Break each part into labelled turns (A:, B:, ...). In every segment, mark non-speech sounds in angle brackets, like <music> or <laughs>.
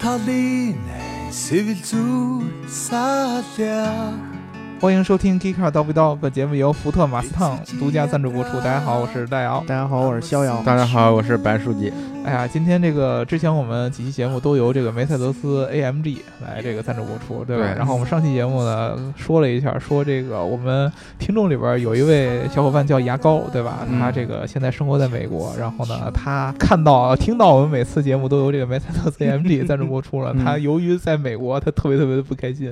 A: Grønntalline, sivilzur, salja
B: 欢迎收听《Geek Car 叨逼叨》，本节目由福特马斯烫独家赞助播出。
C: 呃
B: 大家好，我是戴瑶。
D: 大家好，我是逍遥。
C: 大家好，我是白书记。
B: 哎呀，今天这个之前我们几期节目都由这个梅赛德斯 AMG 来这个赞助播出，对吧？
C: 嗯对
B: 然后我们上期节目呢说了一下，说这个我们听众里边有一位小伙伴叫牙膏，对吧？
C: 嗯
B: 他这个现在生活在美国，然后呢，他看到听到我们每次节目都由这个梅赛德斯
C: <laughs>
B: AMG 赞助播出了，
C: 嗯
B: 他由于在美国，他特别特别的不开心，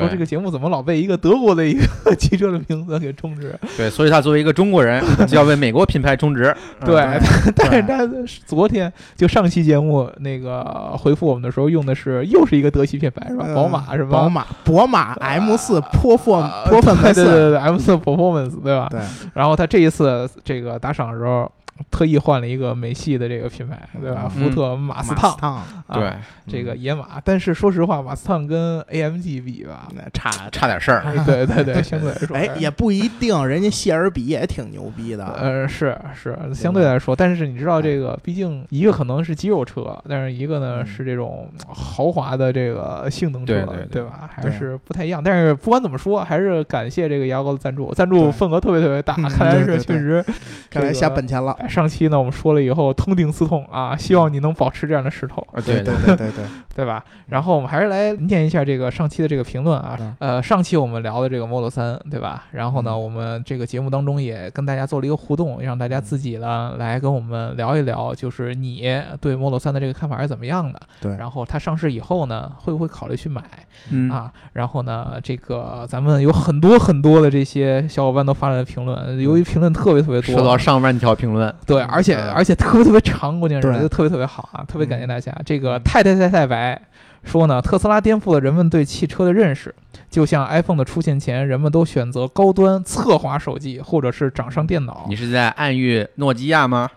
D: 嗯
B: 说这个节目怎么老被一个德国的一个 <laughs> 汽车的名字给充值？
C: 对，所以他作为一个中国人，就要为美国品牌充值。
D: 嗯
B: 对， <laughs> 但是
D: 对
B: 他昨天就上期节目那个回复我们的时候用的是又是一个德系品牌是吧？
D: 嗯
B: 宝马是吧？
D: <laughs> 宝马、宝马 M 四颇破
B: 啊
D: 颇粉
B: 对
D: 的
B: 对
D: 四，
B: 对对，M 四 Performance 对吧？
D: 对，
B: 然后他这一次这个打赏的时候。特意换了一个美系的这个品牌，对吧？福
C: 嗯
B: 特马斯
D: 烫
B: 烫，
D: 烫
B: 啊
C: 对，
B: 这个野马。但是说实话，马斯烫跟 AMG 比
D: <laughs>
B: 吧，哎
D: 差。
C: 差点事儿。啊
B: 对对对，相对来说，
D: 哎，也不一定，人家谢尔比也挺牛逼的。
B: 呃，是是，相对来说，但是你知道这个，毕竟一个可能是肌肉车，但是一个呢
D: 哎嗯
B: 是这种豪华的这个性能车，
C: 对对对
B: 吧？还
D: 对
B: 是不太一样。但是不管怎么说，还是感谢这个牙膏的赞助，赞助
D: 对
B: 份额特别特别大，
D: 嗯
B: 看来
D: 对
B: 是
D: 对
B: 确
D: 对
B: 实。
D: 看来下本钱了。
B: 哎上期呢，我们说了以后痛定思痛啊，希
D: 嗯
B: 望你能保持这样的势头，
C: 啊，
D: 对对对对，
B: 对吧？然后我们还是来念一下这个上期的这个评论啊，
D: 嗯
B: 呃，上期我们聊的这个 Model 三，对吧？然后呢，我们这个节目当中也跟大家做了一个互动，让大家自己呢来跟我们聊一聊，就是你对 Model 三的这个看法是怎么样的？
D: 对
B: 然后它上市以后呢，会不会考虑去买
C: 嗯，
B: 啊？然后呢，这个咱们有很多很多的这些小伙伴都发来的评
D: 嗯
B: 论，由于评论特别特别多，啊
C: 收到上万条评论。
B: 对，而且
C: 嗯
B: 而且特别特别长，关键是
D: 对
B: 就特别特别好啊，特别感谢
D: 嗯
B: 大家。这个太太太太白说呢，特斯拉颠覆了人们对汽车的认识，就像 iPhone 的出现前，人们都选择高端侧滑手机或者是掌上电脑
C: 你。是在暗喻诺基亚吗？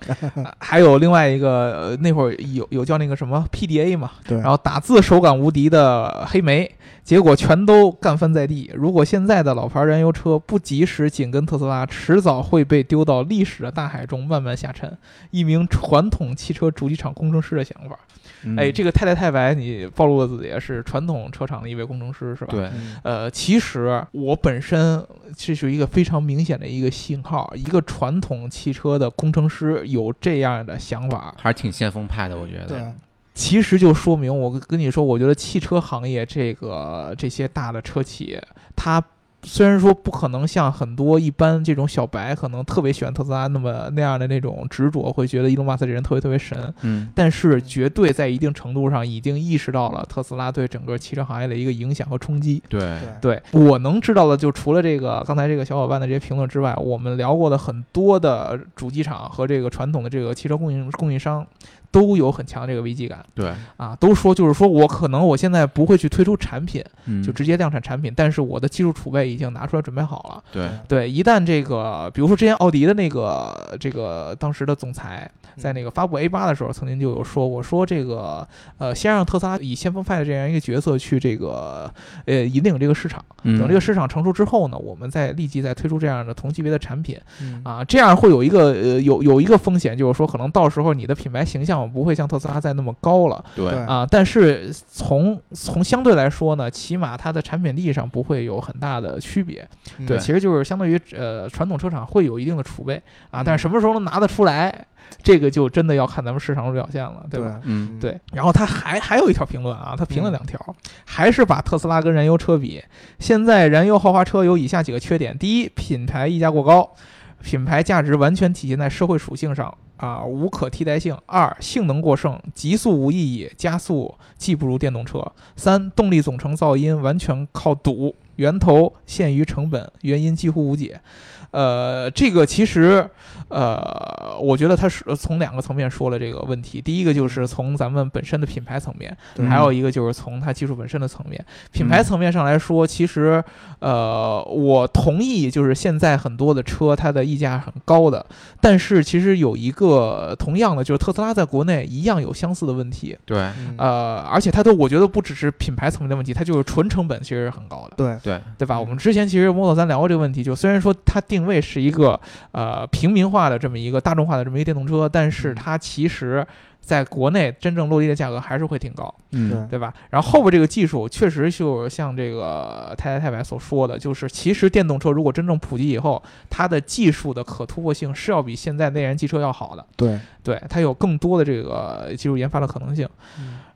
B: 还有另外一个，呃那会儿有有叫那个什么 PDA 嘛，
D: 对
B: 然后打字手感无敌的黑莓，结果全都干翻在地。如果现在的老牌燃油车不及时紧跟特斯拉，迟早会被丢到历史的大海中慢慢下沉。一名传统汽车主机厂工程师的想法。
C: 嗯
B: 哎，这个太太太白，你暴露了自己是传统车厂的一位工程师是吧？。
C: 对，
D: 嗯
B: 呃，其实我本身这是一个非常明显的一个信号，一个传统汽车的工程师有这样的想法，
C: 还是挺先锋派的，我觉得。
D: 对，
B: 其实就说明我跟你说，我觉得汽车行业这个这些大的车企，它虽然说不可能像很多一般这种小白可能特别喜欢特斯拉那么那样的那种执着，会觉得伊隆马斯克这人特别特别神，
C: 嗯，
B: 但是绝对在一定程度上已经意识到了特斯拉对整个汽车行业的一个影响和冲击。
C: 对，
D: 对
B: 对我能知道的，就除了这个刚才这个小伙伴的这些评论之外，我们聊过的很多的主机厂和这个传统的这个汽车供应供应商，都有很强的这个危机感
C: 对，
B: 啊，都说就是说我可能我现在不会去推出产品，
C: 嗯，
B: 就直接量产产品，但是我的技术储备已经拿出来准备好了。
C: 对，
B: 对，一旦这个，比如说之前奥迪的那个这个当时的总裁
D: 嗯
B: 在那个发布 A 八的时候，曾经就有说过，说这个呃，先让特斯拉以先锋派的这样一个角色去这个呃引领这个市场。
C: 嗯
B: 等这个市场成熟之后呢，我们再立即再推出这样的同级别的产品
D: 嗯
B: 啊，这样会有一个呃有有一个风险，就是说可能到时候你的品牌形象不会像特斯拉在那么高了
C: 对，
D: 对
B: 啊，但是从从相对来说呢，起码它的产品力上不会有很大的区别。
D: 嗯
B: 对，其实就是相当于呃传统车厂会有一定的储备啊，
D: 嗯
B: 但是什么时候能拿得出来，这个就真的要看咱们市场的表现了，对吧？
D: 对
C: 嗯，
B: 对，然后他还还有一条评论啊，他评了
D: 嗯
B: 两条，还是把特斯拉跟燃油车比。现在燃油豪华车有以下几个缺点：第一，品牌溢价过高，品牌价值完全体现在社会属性上啊、无可替代性；二，性能过剩，极速无意义，加速技不如电动车；三，动力总成噪音完全靠赌，源头限于成本，原因几乎无解。呃，这个其实，呃，我觉得他是呃从两个层面说了这个问题。第一个就是从咱们本身的品牌层面，
D: 对
B: 还有一个就是从它技术本身的层面。品牌层面上来说，其实，呃，我同意，就是现在很多的车它的溢价很高的，但是其实有一个同样的，就是特斯拉在国内一样有相似的问题。
C: 对，
D: 嗯
B: 呃，而且它都我觉得不只是品牌层面的问题，它就是纯成本其实是很高的。
D: 对
C: 对，
B: 对吧？我
D: 嗯
B: 们之前其实 Model 3聊过这个问题，就虽然说它定位
D: 嗯
B: 是一个呃平民化的这么一个大众化的这么一个电动车，但是它其实在国内真正落地的价格还是会挺高，
C: 嗯，
B: 对吧？然后后边这个技术确实就像这个太太太白所说的，就是其实电动车如果真正普及以后，它的技术的可突破性是要比现在内燃机车要好的，
D: 对，
B: 对，它有更多的这个技术研发的可能性。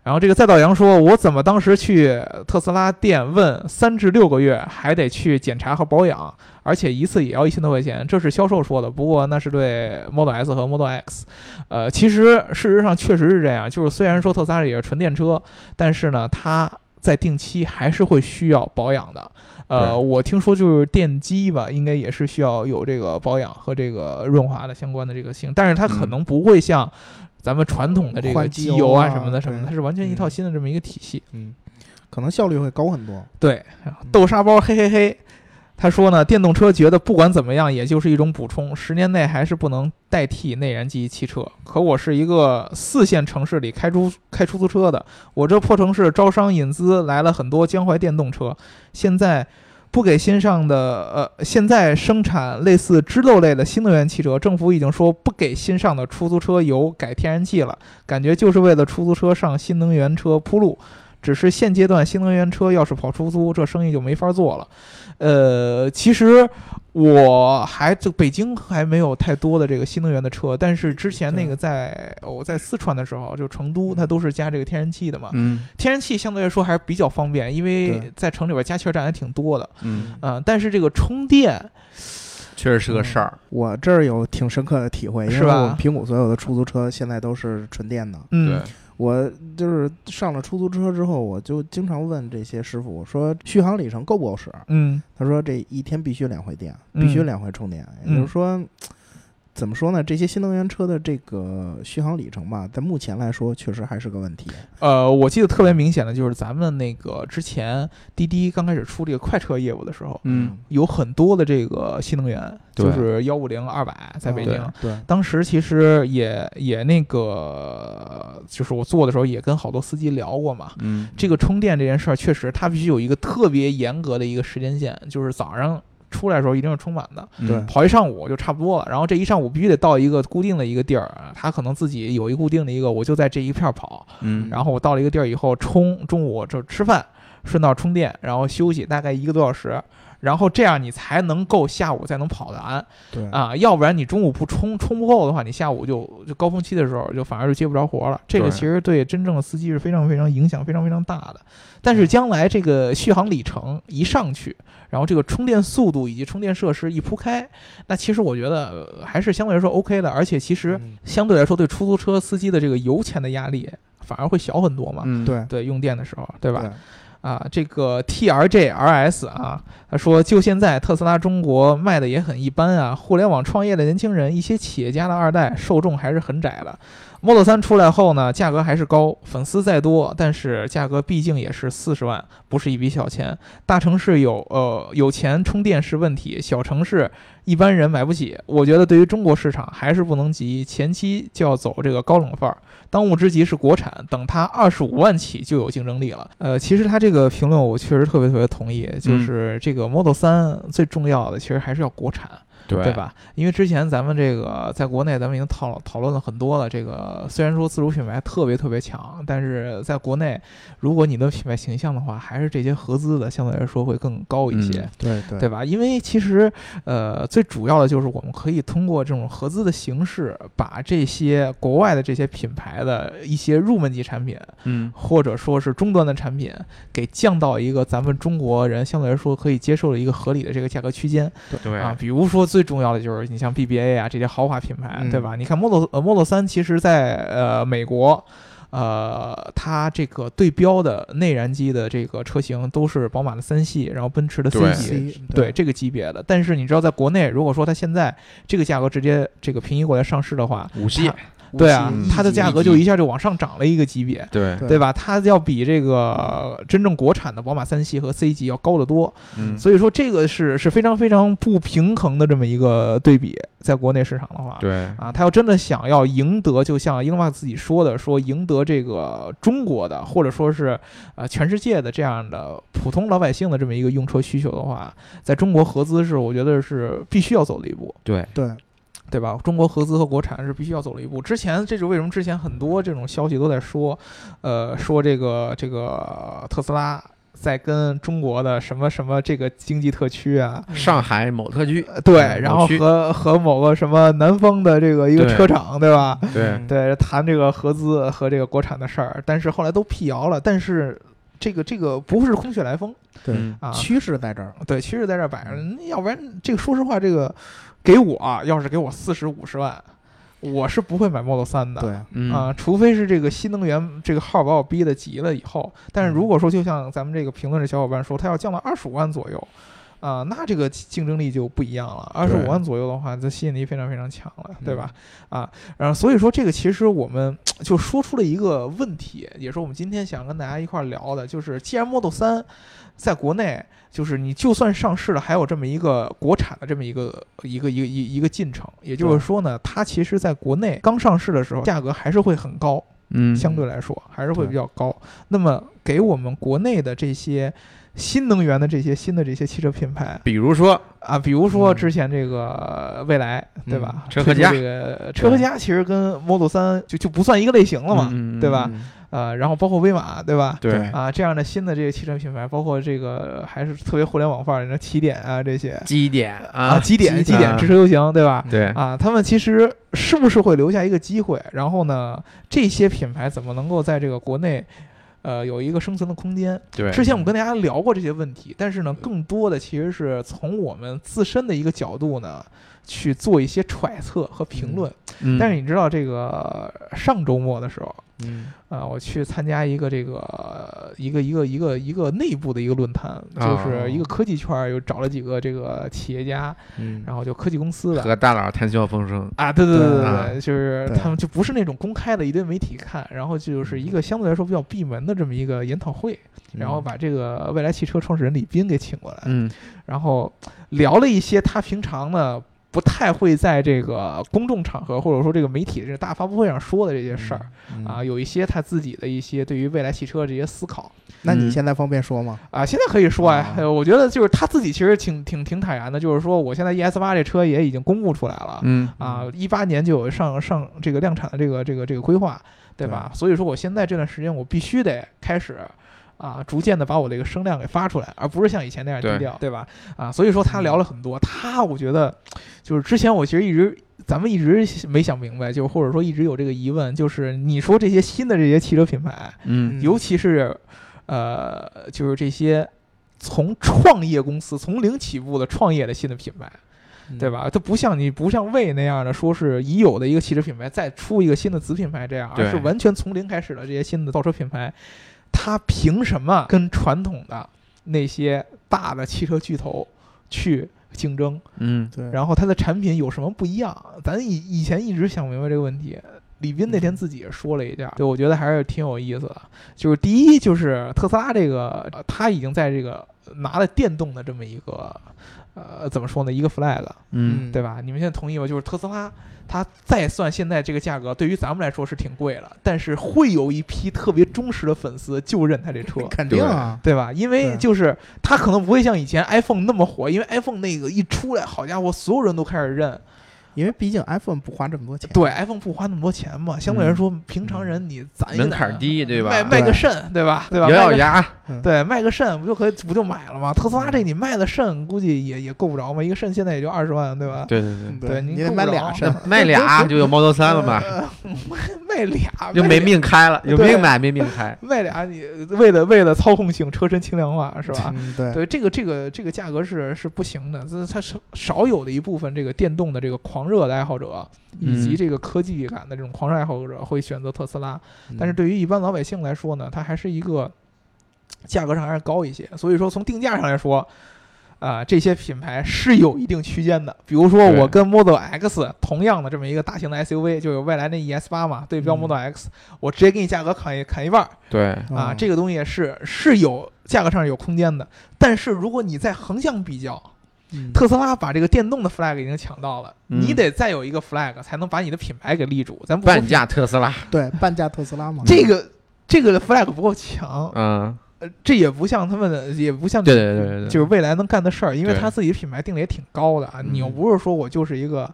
B: 然后这个再道阳说，我怎么当时去特斯拉店问三至六个月还得去检查和保养，而且一次也要一千多块钱，这是销售说的，不过那是对 Model S 和 Model X。呃，其实事实上确实是这样，就是虽然说特斯拉也是纯电车，但是呢，它在定期还是会需要保养的。呃，
C: 对
B: 我听说就是电机吧，应该也是需要有这个保养和这个润滑的相关的这个性，但是它可
C: 嗯
B: 能不会像咱们传统的这个
D: 换
B: 机
D: 机油
B: 油啊
D: 啊
B: 什么的什么的，
D: 对
B: 它是完全一套新的这么一个体系。
D: 嗯，可能效率会高很多。
B: 对，豆沙包嘿嘿嘿，他说呢，电动车觉得不管怎么样，也就是一种补充，十年内还是不能代替内燃机汽车。可我是一个四线城市里开出开出租车的，我这破城市招商引资来了很多江淮电动车，现在。不给新上的呃，现在生产类似支漏类的新能源汽车，政府已经说不给新上的出租车油改天然气了，感觉就是为了出租车上新能源车铺路。只是现阶段新能源车要是跑出租，这生意就没法做了。呃，其实我还就北京还没有太多的这个新能源的车，但是之前那个在我在四川的时候，就成都它都是加这个天然气的嘛。
C: 嗯
B: 天然气相对来说还是比较方便，因为
D: 对
B: 在城里边加气儿站还挺多的。
C: 嗯，
B: 嗯、但是这个充电，
C: 确实是个事儿。
D: 我这儿有挺深刻的体会，因
B: 是
D: 为
B: 吧
D: 我们平谷所有的出租车现在都是纯电的。
B: 嗯
C: 对，，
D: 我就是上了出租车之后，我就经常问这些师傅，我说续航里程够不够使？
B: 嗯
D: 他说这一天必须两回电，
B: 嗯
D: 必须两回充电。
B: 嗯
D: 也就是说，怎么说呢？这些新能源车的这个续航里程吧，在目前来说确实还是个问题。
B: 呃，我记得特别明显的就是咱们那个之前滴滴刚开始出这个快车业务的时候，
C: 嗯，
B: 有很多的这个新能源，
C: 对
B: 就是幺五零、二百，在北京
C: 啊。
D: 对，
B: 当时其实也也那个，就是我做的时候也跟好多司机聊过嘛。
C: 嗯，
B: 这个充电这件事儿，确实它必须有一个特别严格的一个时间线，就是早上出来的时候一定是充满的，
D: 对
B: 跑一上午就差不多了。然后这一上午必须得到一个固定的一个地儿，他可能自己有一固定的一个，我就在这一片儿跑。
C: 嗯，
B: 然后我到了一个地儿以后充，中午就吃饭，顺道充电，然后休息大概一个多小时，然后这样你才能够下午再能跑得完
D: 对，
B: 啊，要不然你中午不充，充不够的话，你下午就就高峰期的时候就反而就接不着活了。这个
C: 对
B: 其实对真正的司机是非常非常影响非常非常大的。但
C: 嗯
B: 是将来这个续航里程一上去，然后这个充电速度以及充电设施一铺开，那其实我觉得呃还是相对来说 OK 的，而且其实
D: 嗯
B: 相对来说对出租车司机的这个油钱的压力反而会小很多嘛。
C: 嗯，
D: 对，
B: 对，用电的时候，对
D: 对
B: 吧？？啊，这个 TRJRS 啊，他说就现在特斯拉中国卖的也很一般啊，互联网创业的年轻人，一些企业家的二代，受众还是很窄的。Model 3出来后呢，价格还是高，粉丝再多，但是价格毕竟也是四十万，不是一笔小钱。大城市有呃有钱充电是问题，小城市一般人买不起。我觉得对于中国市场还是不能急，前期就要走这个高冷范儿。当务之急是国产，等它二十五万起就有竞争力了。呃，其实他这个评论我确实特别特别同意，就是这个 Model 3最重要的其实还是要国产。
C: 对
B: 对？吧？因为之前咱们这个在国内，咱们已经讨讨论了很多了。这个虽然说自主品牌特别特别强，但是在国内，如果你的品牌形象的话，还是这些合资的相对来说会更高一些。
C: 嗯
D: 对对
B: 对吧？因为其实，呃，最主要的就是我们可以通过这种合资的形式，把这些国外的这些品牌的一些入门级产品，
C: 嗯，
B: 或者说是终端的产品，给降到一个咱们中国人相对来说可以接受的一个合理的这个价格区间。
C: 对
B: 啊，比如说最重要的就是你像 BBA 啊这些豪华品牌，
D: 嗯
B: 对吧？你看 Model 呃 Model 三，其实在呃美国。呃，它这个对标的内燃机的这个车型都是宝马的三系，然后奔驰的 C
C: 对
B: 级，
D: C，
B: 对
D: 对
B: 这个级别的。但是你知道，在国内，如果说它现在这个价格直接这个平移过来上市的话，
C: 五系，
B: 对啊
D: 无
C: 嗯
D: 锡，
B: 它的价格就一下就往上涨了一个级别。
C: 对，
D: 对
B: 对吧？它要比这个真正国产的宝马三系和 C 级要高得多，
C: 嗯，
B: 所以说这个是是非常非常不平衡的这么一个对比，在国内市场的话，
C: 对，
B: 啊，他要真的想要赢得，就像英马自己说的，说赢得这个中国的，或者说是呃全世界的这样的普通老百姓的这么一个用车需求的话，在中国合资是我觉得是必须要走的一步。
C: 对，
D: 对
B: 对吧？中国合资和国产是必须要走了一步。之前这是为什么？之前很多这种消息都在说，呃，说这个这个特斯拉在跟中国的什么什么这个经济特区啊，
C: 上海某特区，
B: 呃对，
C: 嗯
B: 然
C: 某
B: 后
C: 区
B: 和和某个什么南方的这个一个
C: 对嗯
B: 车厂，对吧？
C: 对，
D: 嗯
B: 对，谈这个合资和这个国产的事儿，但是后来都辟谣了。但是这个这个不是空穴来风
D: 对，
C: 嗯
B: 啊，
D: 趋势在这儿，
B: 对，趋势在这儿摆着，嗯要不然这个说实话，这个给我啊要是给我四十五十万，我是不会买 Model 三的。
D: 对，
C: 嗯
B: 啊，除非是这个新能源这个号把我逼得急了以后，但是如果说就像咱们这个评论的小伙伴说，它要降到二十五万左右，啊、那这个竞争力就不一样了。二十五万左右的话，这吸引力非常非常强了，对吧？啊，然后所以说这个其实我们就说出了一个问题，也是我们今天想跟大家一块儿聊的，就是既然 Model 三在国内，就是你就算上市了，还有这么一个国产的这么一个一个一个一一个进程，也就是说呢，它其实在国内刚上市的时候，价格还是会很高，
C: 嗯
B: 相对来说还是会比较高。那么给我们国内的这些新能源的这些新的这些汽车品牌
C: 比如说
B: 啊，比如说
D: 嗯
B: 之前这个蔚来，对吧？
C: 嗯车和家
B: 推出这个车和家其实跟 Model 三就就不算一个类型了嘛，
C: 嗯嗯嗯
B: 对吧？
D: 嗯？
B: 呃，然后包括威马，对吧？
C: 对，
B: 啊，这样的新的这个汽车品牌，包括这个还是特别互联网范儿的起点啊这些
C: 基点
B: 啊，
C: 啊，嗯
B: 极点
C: 极
B: 极
C: 点
B: 点支持游行，对吧？
C: 对，
B: 啊，他们其实是不是会留下一个机会？然后呢，这些品牌怎么能够在这个国内，呃，有一个生存的空间？
C: 对，
B: 之前我们跟大家聊过这些问题，但是呢，更多的其实是从我们自身的一个角度呢，去做一些揣测和评论。
C: 嗯
B: 但是你知道，这个上周末的时候，
D: 嗯
B: 啊，我去参加一个这个一个一个一个一个内部的一个论坛，
C: 啊
B: 就是一个科技圈儿，又找了几个这个企业家，
D: 嗯，
B: 然后就科技公司的
C: 和大佬谈笑风生，
B: 啊，对对对对
C: 对嗯啊
B: 对，就是
D: 对
B: 他们就不是那种公开的一堆媒体看，然后就是一个相对来说比较闭门的这么一个研讨会，
D: 嗯
B: 然后把这个未来汽车创始人李斌给请过来，
C: 嗯
B: 然后聊了一些他平常呢不太会在这个公众场合或者说这个媒体这大发布会上说的这些事儿。
D: 嗯
B: 啊，，有一些他自己的一些对于未来汽车的这些思考
D: 那你
C: 嗯
D: 现在方便说吗？
B: 啊，现在可以说啊
D: 啊，
B: 呃我觉得就是他自己其实挺挺挺坦然的，就是说我现在 ES 八这车也已经公布出来了，
C: 嗯
B: 啊，一八年就有上上这个量产的这个这个这个规划，对吧？所以说我现在这段时间我必须得开始。啊，逐渐的把我这个声量给发出来，而不是像以前那样低
C: 对
B: 调，对吧？啊，所以说他聊了很多，他我觉得就是之前我其实一直咱们一直没想明白，就是或者说一直有这个疑问，就是你说这些新的这些汽车品牌，
C: 嗯
D: 嗯
B: 尤其是呃，就是这些从创业公司从零起步的创业的新的品牌，
D: 嗯
B: 对吧？它不像你不像魏那样的，说是已有的一个汽车品牌再出一个新的子品牌这样，而
C: 对
B: 是完全从零开始的这些新的造车品牌，它凭什么跟传统的那些大的汽车巨头去竞争？
C: 嗯
D: 对，
B: 然后它的产品有什么不一样？咱以以前一直想明白这个问题。李斌那天自己也说了一下，对我觉得还是挺有意思的。就是第一，就是特斯拉这个，呃它已经在这个拿了电动的这么一个，呃，怎么说呢，一个 flag，
C: 嗯
B: 对吧？你们现在同意吗？就是特斯拉，它再算现在这个价格，对于咱们来说是挺贵了，但是会有一批特别忠实的粉丝就认它这
C: <laughs>
B: 车，
D: 肯定啊，
B: 对吧？因为
D: 对
B: 就是它可能不会像以前 iPhone 那么火，因为 iPhone 那个一出来，好家伙，所有人都开始认。
D: 因为毕竟 iPhone 不花这么多钱，
B: 对，iPhone 不花那么多钱嘛，相对来说，平常人你攒一攒
C: 嗯门槛，低，对吧？
B: 卖卖个肾，对吧？对吧？
C: 咬
B: 卖
C: 咬
B: 个
C: 牙，
B: 对，卖个肾不就可以不就买了吗？特斯拉
C: 嗯
B: 这你卖的肾估计也也够不着嘛，一个肾现在也就二十万，对吧？
C: 对对
B: <laughs>
C: 对，
B: 对你
D: 你得买
B: 够不着
D: 俩肾，
C: 卖俩就有 Model 三
B: <laughs>
C: 了嘛，
B: 呃卖俩
C: 就
B: 卖
C: 没命开了，有
B: 对
C: 命买没命开，
B: 卖俩你为了为了操控性车身轻量化是吧？
D: 嗯，对，
B: 对，这个这个这个价格是是不行的，这它少少有的一部分这个电动的这个狂热的爱好者，以及
C: 嗯
B: 这个科技感的这种狂热爱好者会选择特斯拉，
D: 嗯
B: 但是对于一般老百姓来说呢，它还是一个价格上还是高一些，所以说从定价上来说。啊、这些品牌是有一定区间的，比如说
C: 对
B: 我跟 Model X 同样的这么一个大型的 SUV，就有未来那 ES 八嘛，对标
D: 嗯
B: Model X，、我直接给你价格砍一砍一半儿，
C: 对，
B: 啊，
D: 哦
B: 这个东西是是有价格上有空间的，但是如果你在横向比较，
D: 嗯
B: 特斯拉把这个电动的 flag 已经抢到了，
C: 嗯
B: 你得再有一个 flag 才能把你的品牌给立住。咱不说
C: 半价特斯拉，
D: 对半价特斯拉嘛，
B: <laughs> 这个这个 flag 不够强，
C: 嗯，
B: 呃，这也不像他们的，也不像
C: 对对对对对，
B: 就是未来能干的事儿，因为
C: 对
B: 他自己品牌定的也挺高的啊。
C: 嗯
B: 你又不是说我就是一个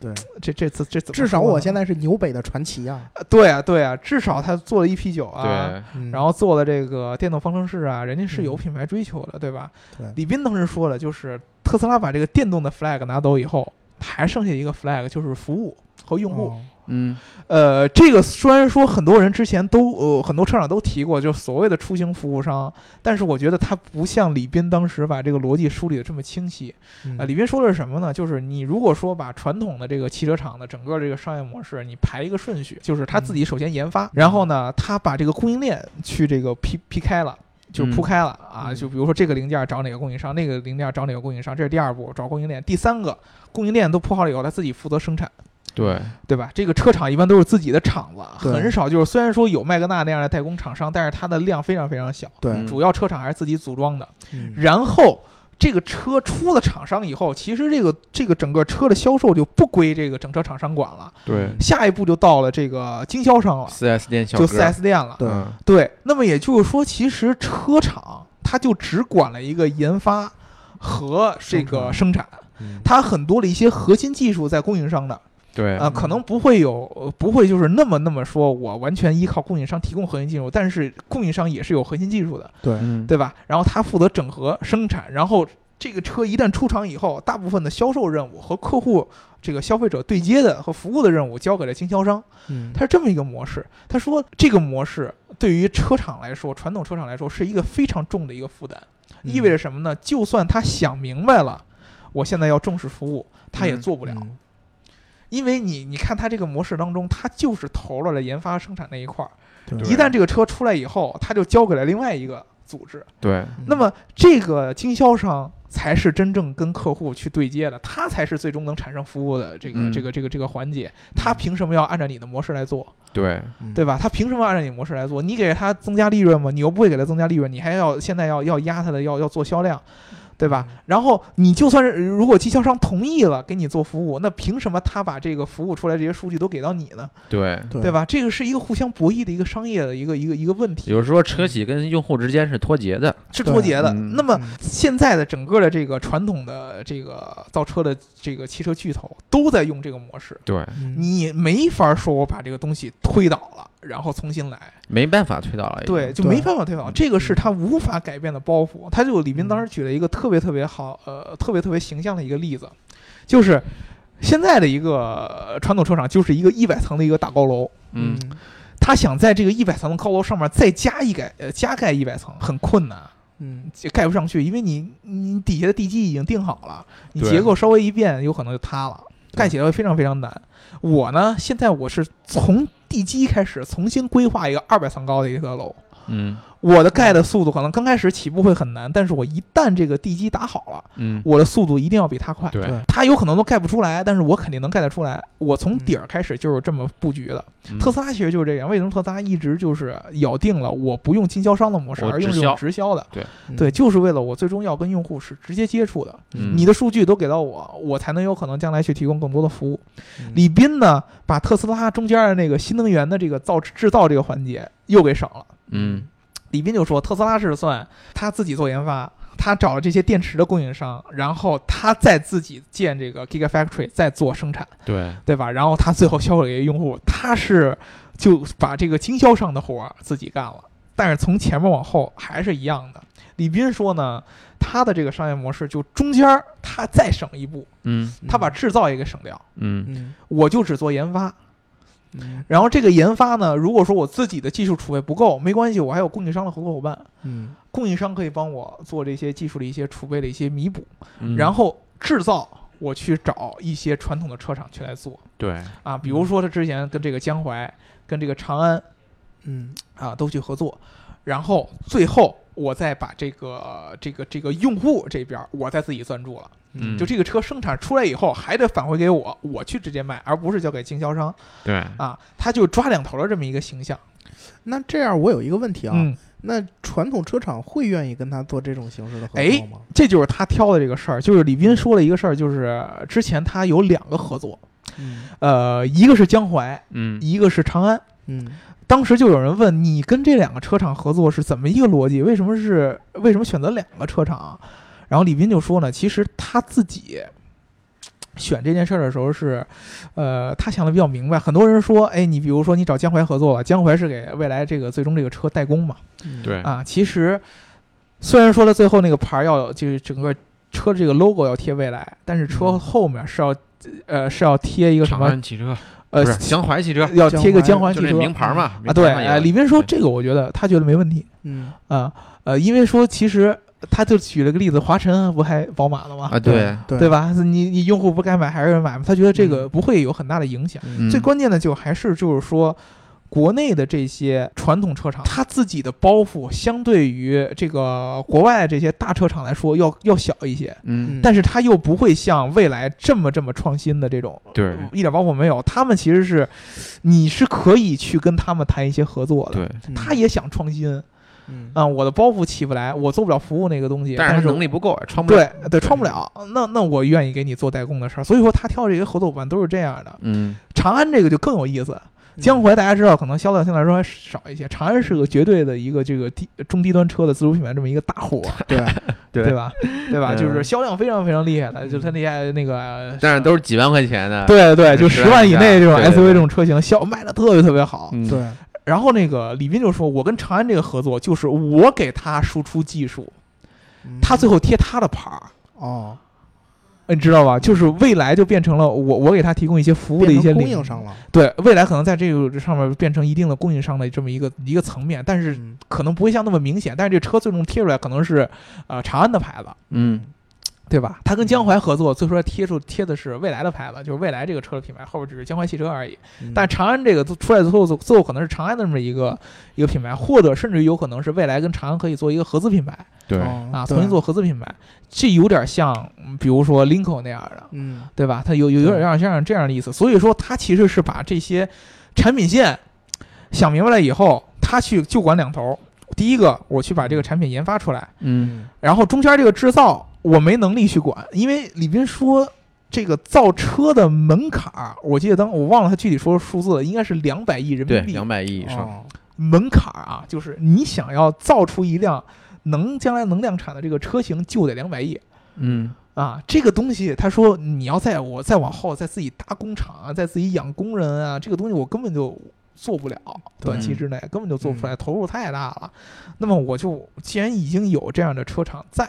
D: 对，
B: 这这次这怎么
D: 至少
B: 说呢
D: 我现在是纽北的传奇啊。
B: 对啊对啊，至少他做了一批酒啊，
D: 嗯
B: 然后做了这个电动方程式啊，人家是有
D: 嗯
B: 品牌追求的，对吧？
D: 对
B: 李斌当时说了，就是特斯拉把这个电动的 flag 拿走以后，还剩下一个 flag 就是服务和用户。
D: 哦
C: 嗯，
B: 呃，这个虽然说很多人之前都呃很多车厂都提过，就所谓的出行服务商，但是我觉得他不像李斌当时把这个逻辑梳理的这么清晰。
D: 嗯
B: 啊，李斌说的是什么呢？就是你如果说把传统的这个汽车厂的整个这个商业模式，你排一个顺序，就是他自己
D: 嗯
B: 首先研发，然后呢，他把这个供应链去这个劈劈开了。就是铺
C: 嗯
B: 开了啊，
D: 嗯
B: 就比如说这个零件找哪个供应商，那个零件找哪个供应商，这是第二步，找供应链。第三个，供应链都铺好了以后，他自己负责生产，
C: 对，
B: 对吧？这个车厂一般都是自己的厂子，
D: 对
B: 很少就是虽然说有麦格纳那样的代工厂商，但是它的量非常非常小，
D: 对，
C: 嗯
B: 主要车厂还是自己组装的。
D: 嗯
B: 然后这个车出了厂商以后，其实这个这个整个车的销售就不归这个整车厂商管了，
C: 对
B: 下一步就到了这个经销商了，
C: 四 S 店小
B: 就
C: 哥，
B: 4S 店了。
D: 对
C: 嗯
B: 对，那么也就是说，其实车厂它就只管了一个研发和这个生产，
D: 嗯
B: 它很多的一些核心技术在供应商的，
C: 对
B: 呃，可能不会有呃不会就是那么那么说我完全依靠供应商提供核心技术，但是供应商也是有核心技术的。
D: 对，
C: 嗯
B: 对吧？然后他负责整合生产，然后这个车一旦出厂以后，大部分的销售任务和客户这个消费者对接的和服务的任务交给了经销商，
D: 嗯
B: 它是这么一个模式。他说这个模式对于车厂来说，传统车厂来说是一个非常重的一个负担，
C: 嗯
D: 嗯
B: 意味着什么呢？就算他想明白了，我现在要重视服务，他也
C: 嗯
B: 做不了，
D: 嗯
B: 因为你你看他这个模式当中，他就是投入了研发生产那一块儿，
D: 对
B: 一旦这个车出来以后，他就交给了另外一个组织。
C: 对，
D: 嗯
B: 那么这个经销商才是真正跟客户去对接的，他才是最终能产生服务的这个、
C: 嗯
B: 这个这个这个环节。他凭什么要按照你的模式来做，
C: 对，
D: 嗯
B: 对吧？他凭什么按照你的模式来做？你给他增加利润吗？你又不会给他增加利润，你还要现在要要压他的，要要做销量。
D: 嗯
B: 对吧？然后你就算是如果经销商同意了给你做服务，那凭什么他把这个服务出来这些数据都给到你呢？
C: 对，
D: 嗯对
B: 对？吧？这个是一个互相博弈的一个商业的一个一个一个问题。
C: 比如说车企跟用户之间是脱节的，
B: 是脱节的。
C: 嗯
B: 那么
D: 嗯
B: 现在的整个的这个传统的这个造车的这个汽车巨头都在用这个模式，
C: 对，
D: 嗯
B: 你没法说我把这个东西推倒了，然后重新来，
C: 没办法推倒了，
B: 对，，就
D: 对
B: 没办法推倒，这个是他无法改变的包袱。他就李斌当时举了一个特别特别好，呃，特别特别形象的一个例子，就是。现在的一个呃传统车厂就是一个一百层的一个大高楼，
C: 嗯，
B: 他想在这个一百层的高楼上面再加一改呃加盖一百层很困难，
D: 嗯
B: 就盖不上去，因为你你底下的地基已经定好了，你
C: 对
B: 结构稍微一变，有可能就塌了，
D: 对
B: 盖起来会非常非常难。我呢，现在我是从地基开始重新规划一个二百层高的一个楼，
C: 嗯
B: 我的盖的速度可能刚开始起步会很难，但是我一旦这个地基打好了，
C: 嗯，
B: 我的速度一定要比它快。
C: 对
D: 对，
B: 它有可能都盖不出来，但是我肯定能盖得出来。我从底儿开始就是这么布局的。
C: 嗯
B: 特斯拉其实就是这样，为什么特斯拉一直就是咬定了我不用经销商的模式，
C: 我
B: 而用
C: 直
B: 这种
C: 销
B: 直销的？
D: 嗯
B: 对，就是为了我最终要跟用户是直接接触的，
C: 嗯
B: 你的数据都给到我，我才能有可能将来去提供更多的服务。
D: 嗯
B: 李斌呢，把特斯拉中间的那个新能源的这个造制造这个环节又给省了。
C: 嗯
B: 李斌就说，特斯拉是算他自己做研发，他找了这些电池的供应商，然后他再自己建这个 Gigafactory，再做生产，
C: 对，
B: 对吧？然后他最后销售给用户，他是就把这个经销商的活儿自己干了。但是从前面往后还是一样的。李斌说呢，他的这个商业模式就中间儿他再省一步，
C: 嗯
B: 他把制造也给省掉，
C: 嗯
D: 嗯
B: 我就只做研发。
D: 嗯
B: 然后这个研发呢，如果说我自己的技术储备不够，没关系，我还有供应商的合作伙伴，
D: 嗯
B: 供应商可以帮我做这些技术的一些储备的一些弥补。
C: 嗯，
B: 然后制造，我去找一些传统的车厂去来做
C: 对，
B: 啊，比如说他之前跟这个江淮、跟这个长安
D: 嗯
B: 啊都去合作，然后最后我再把这个这个这个用户这边儿我再自己攥住了，
C: 嗯
B: 就这个车生产出来以后还得返回给我，我去直接卖，而不是交给经销商
C: 对，
B: 啊，他就抓两头的这么一个形象。
D: 那这样我有一个问题啊，
B: 嗯，
D: 那传统车厂会愿意跟他做这种形式的合
B: 哎
D: 作吗？
B: 这就是他挑的这个事儿，就是李斌说了一个事儿，就是之前他有两个合作，
D: 嗯
B: 呃，一个是江淮，
C: 嗯
B: 一个是长安。
D: 嗯
B: 当时就有人问你跟这两个车厂合作是怎么一个逻辑？为什么是为什么选择两个车厂？然后李斌就说呢，其实他自己选这件事儿的时候是，呃，他想的比较明白。很多人说，哎，你比如说你找江淮合作了，江淮是给未来这个最终这个车代工嘛，
C: 对，
B: 啊，其实虽然说到最后那个牌儿要就是整个车这个 logo 要贴未来，但是车
C: 嗯
B: 后面是要呃是要贴一个什
C: 长
B: 么
C: 安汽车
B: 呃
C: 不是江淮汽车，
B: <laughs> 要贴一个江淮
C: 就
B: 汽
C: 那
B: 车
C: 名牌嘛
B: 啊，对，
C: 啊，
B: 哎李斌说
C: 对
B: 这个我觉得他觉得没问题
D: 嗯，
B: 啊呃，因为说其实他就举了个例子，华晨不还宝马了吗？
C: 啊，对，
D: 对
B: 对？吧？你你用户不该买还是买吗？他觉得这
C: 嗯
B: 个不会有很大的影响。
D: 嗯
B: 最关键的就还是就是说，国内的这些传统车厂，它自己的包袱相对于这个国外的这些大车厂来说要要小一些，
C: 嗯，
B: 但是它又不会像未来这么这么创新的这种，
C: 对
B: 一点包袱没有。他们其实是你是可以去跟他们谈一些合作的，
C: 对，
D: 嗯
B: 他也想创新
D: 嗯
B: 啊、我的包袱起不来，我做不了服务那个东西，
C: 但
B: 但
C: 是
B: 是
C: 他能力不够，穿不了
B: 对对，创不了，那那我愿意给你做代工的事儿，所以说他挑这些合作伙伴都是这样的。
C: 嗯，
B: 长安这个就更有意思，
D: 嗯
B: 江淮大家知道，可能销量相对来说还少一些。长安是个绝对的一个这个低中低端车的自主品牌这么一个大户，
D: 对
C: 对
B: 对吧？对吧？
C: 嗯
B: 就是销量非常非常厉害的，就是它那些那个，
C: 但是都是几万块钱的，，
B: 对对，就
C: 十
B: 十万以内这种
C: 万以下对对
B: SUV 这种车型销卖的特别特别好。
C: 嗯，
D: 对，
B: 然后那个李斌就说：“我跟长安这个合作，就是我给他输出技术，
D: 嗯
B: 他最后贴他的牌儿。”呃
D: 哦，
B: 你知道吧？就是未来就变成了我，我给他提供一些服务的
D: 变
B: 一
D: 成
B: 些
D: 供
B: 领
D: 应商了，
B: 对，未来可能在这个上面变成一定的供应商的这么一个一个层面，但是
D: 嗯
B: 可能不会像那么明显。但是这车最终贴出来可能是呃长安的牌子，
C: 嗯，
B: 对吧？他跟江淮合作，最初贴出贴的是未来的牌子，就是未来这个车的品牌，后边只是江淮汽车而已。
D: 嗯
B: 但长安这个出来之后，最后可能是长安的这么一个一个品牌，或者甚至有可能是未来跟长安可以做一个合资品牌
C: 对
D: 哦
B: 啊，
D: 对
B: 重新做合资品牌，这有点像嗯比如说林肯那样的。
D: 嗯
B: 对吧？它有有有点
D: 对
B: 像这样这样的意思，所以说它其实是把这些产品线想明白了以后，它去就管两头儿。第一个，我去把这个产品研发出来，
C: 嗯，
D: 嗯
B: 然后中间这个制造我没能力去管，因为李斌说这个造车的门槛儿，我记得当我忘了他具体说的数字了，应该是两百亿人
C: 对，
B: 民币
C: 两百亿以上，
D: 哦
B: 门槛儿啊，就是你想要造出一辆能将来能量产的这个车型，就得两百亿。
C: 嗯，
B: 啊，这个东西，他说你要再我再往后再自己搭工厂啊，再自己养工人啊，这个东西我根本就做不了，
D: 对嗯
B: 短期之内根本就做不出来，投入太大了。那么我就既然已经有这样的车厂在，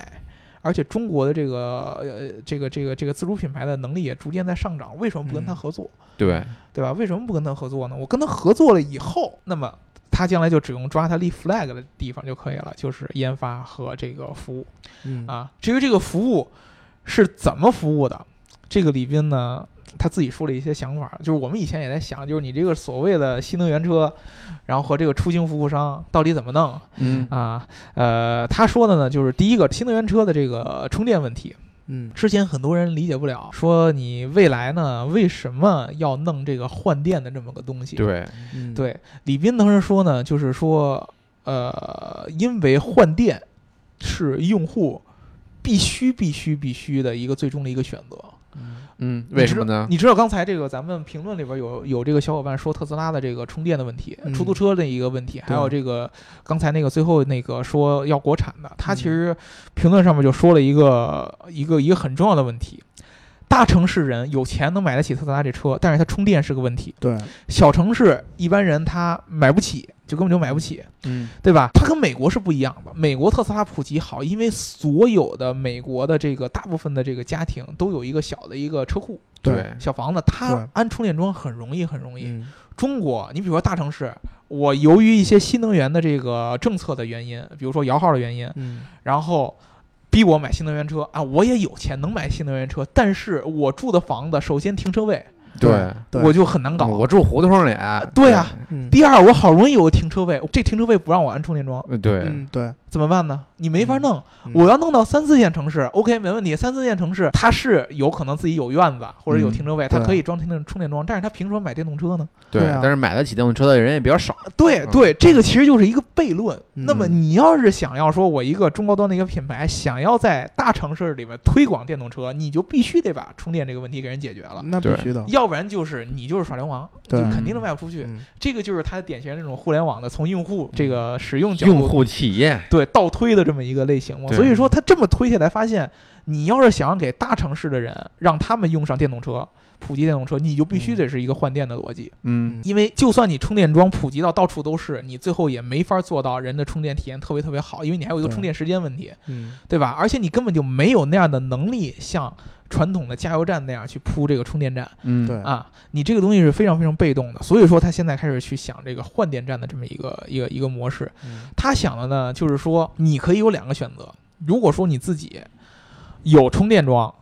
B: 而且中国的这个呃这个这个这个自主品牌的能力也逐渐在上涨，为什么不跟他
D: 嗯
B: 合作，
C: 对，
B: 对吧？为什么不跟他合作呢？我跟他合作了以后，那么。他将来就只用抓他立 flag 的地方就可以了，就是研发和这个服务。
D: 嗯
B: 啊。至于这个服务是怎么服务的，这个李斌呢，他自己说了一些想法，就是我们以前也在想，就是你这个所谓的新能源车，然后和这个出行服务商到底怎么弄
C: 嗯
B: 啊？呃，他说的呢，就是第一个新能源车的这个充电问题，
D: 嗯
B: 之前很多人理解不了，说你未来呢为什么要弄这个换电的这么个东西？
C: 对，
D: 嗯
B: 对，李斌当时说呢，就是说，呃，因为换电是用户必须、必须、必须的一个最终的一个选择。
D: 嗯
C: 嗯，为什么呢？
B: 你知道刚才这个咱们评论里边有有这个小伙伴说特斯拉的这个充电的问题，
D: 嗯
B: 出租车的一个问题，还有
D: 对
B: 这个刚才那个最后那个说要国产的，
C: 嗯
B: 他其实评论上面就说了一个一个一个很重要的问题。大城市人有钱能买得起特斯拉这车，但是它充电是个问题。
D: 对
B: 小城市一般人他买不起，就根本就买不起，
C: 嗯，
B: 对吧？它跟美国是不一样的。美国特斯拉普及好，因为所有的美国的这个大部分的这个家庭都有一个小的一个车库、
C: 对，
B: 小房子，它
D: 对
B: 安充电桩很容易，很容易。
D: 嗯
B: 中国，你比如说大城市，我由于一些新能源的这个政策的原因，比如说摇号的原因，
D: 嗯
B: 然后逼我买新能源车啊，我也有钱能买新能源车，但是我住的房子首先停车位
C: 对，
D: 对
B: 我就很难搞。
C: 我住胡同里，
B: 对啊，
D: 嗯
B: 第二，我好容易有个停车位，这停车位不让我安充电桩，
C: 呃对，
D: 嗯对
B: 怎么办呢？你没法弄。
D: 嗯
B: 我要弄到三四线城市，OK，没问题。三四线城市它是有可能自己有院子或者有停车位，它
D: 对
B: 可以装停电充电桩，但是它凭什么买电动车呢？
C: 对
D: 对啊，
C: 但是买得起电动车的人也比较少，
B: 对
C: 嗯
B: 对，这个其实就是一个悖论。
D: 嗯
B: 那么你要是想要说我一个中高端的一个品牌，想要在大城市里面推广电动车，你就必须得把充电这个问题给人解决了。
D: 那必须的
B: 要要不然就是你就是耍流氓，就
D: 对
B: 肯定是卖不出去。
D: 嗯
B: 这个就是它典型那种互联网的从用户这个使嗯用角度
C: 用户体验，
B: 对倒推的这么一个类型嘛。
C: 对
B: 所以说，它这么推下来，发现你要是想给大城市的人让他们用上电动车，普及电动车，你就必须
D: 嗯
B: 得是一个换电的逻辑。
C: 嗯，
B: 因为就算你充电桩普及到到处都是，你最后也没法做到人的充电体验特别特别好，因为你还有一个
D: 对
B: 充电时间问题，
D: 嗯
B: 对吧？而且你根本就没有那样的能力，像传统的加油站那样去铺这个充电站
C: 嗯，
D: 对，
B: 啊。你这个东西是非常非常被动的，所以说他现在开始去想这个换电站的这么一个一个一个模式。
D: 嗯
B: 他想的呢，就是说你可以有两个选择。如果说你自己有充电桩，